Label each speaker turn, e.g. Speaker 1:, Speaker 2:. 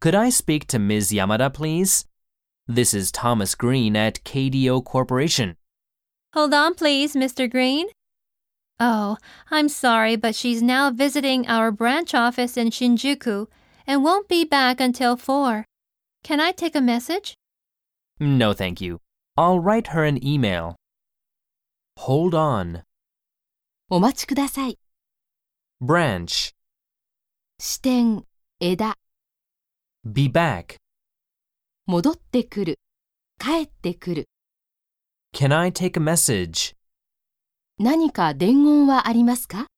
Speaker 1: Could I speak to Ms. Yamada, please? This is Thomas Green at KDO Corporation.
Speaker 2: Hold on, please, Mr. Green. Oh, I'm sorry, but she's now visiting our branch office in Shinjuku and won't be back until 4. Can I take a message?
Speaker 1: No, thank you. I'll write her an email. Hold on.
Speaker 3: お待ちください。
Speaker 1: Branch.
Speaker 3: 支点、枝、
Speaker 1: Be back.
Speaker 3: 戻ってくる、帰ってくる。
Speaker 1: Can I take a message?
Speaker 3: 何か伝言はありますか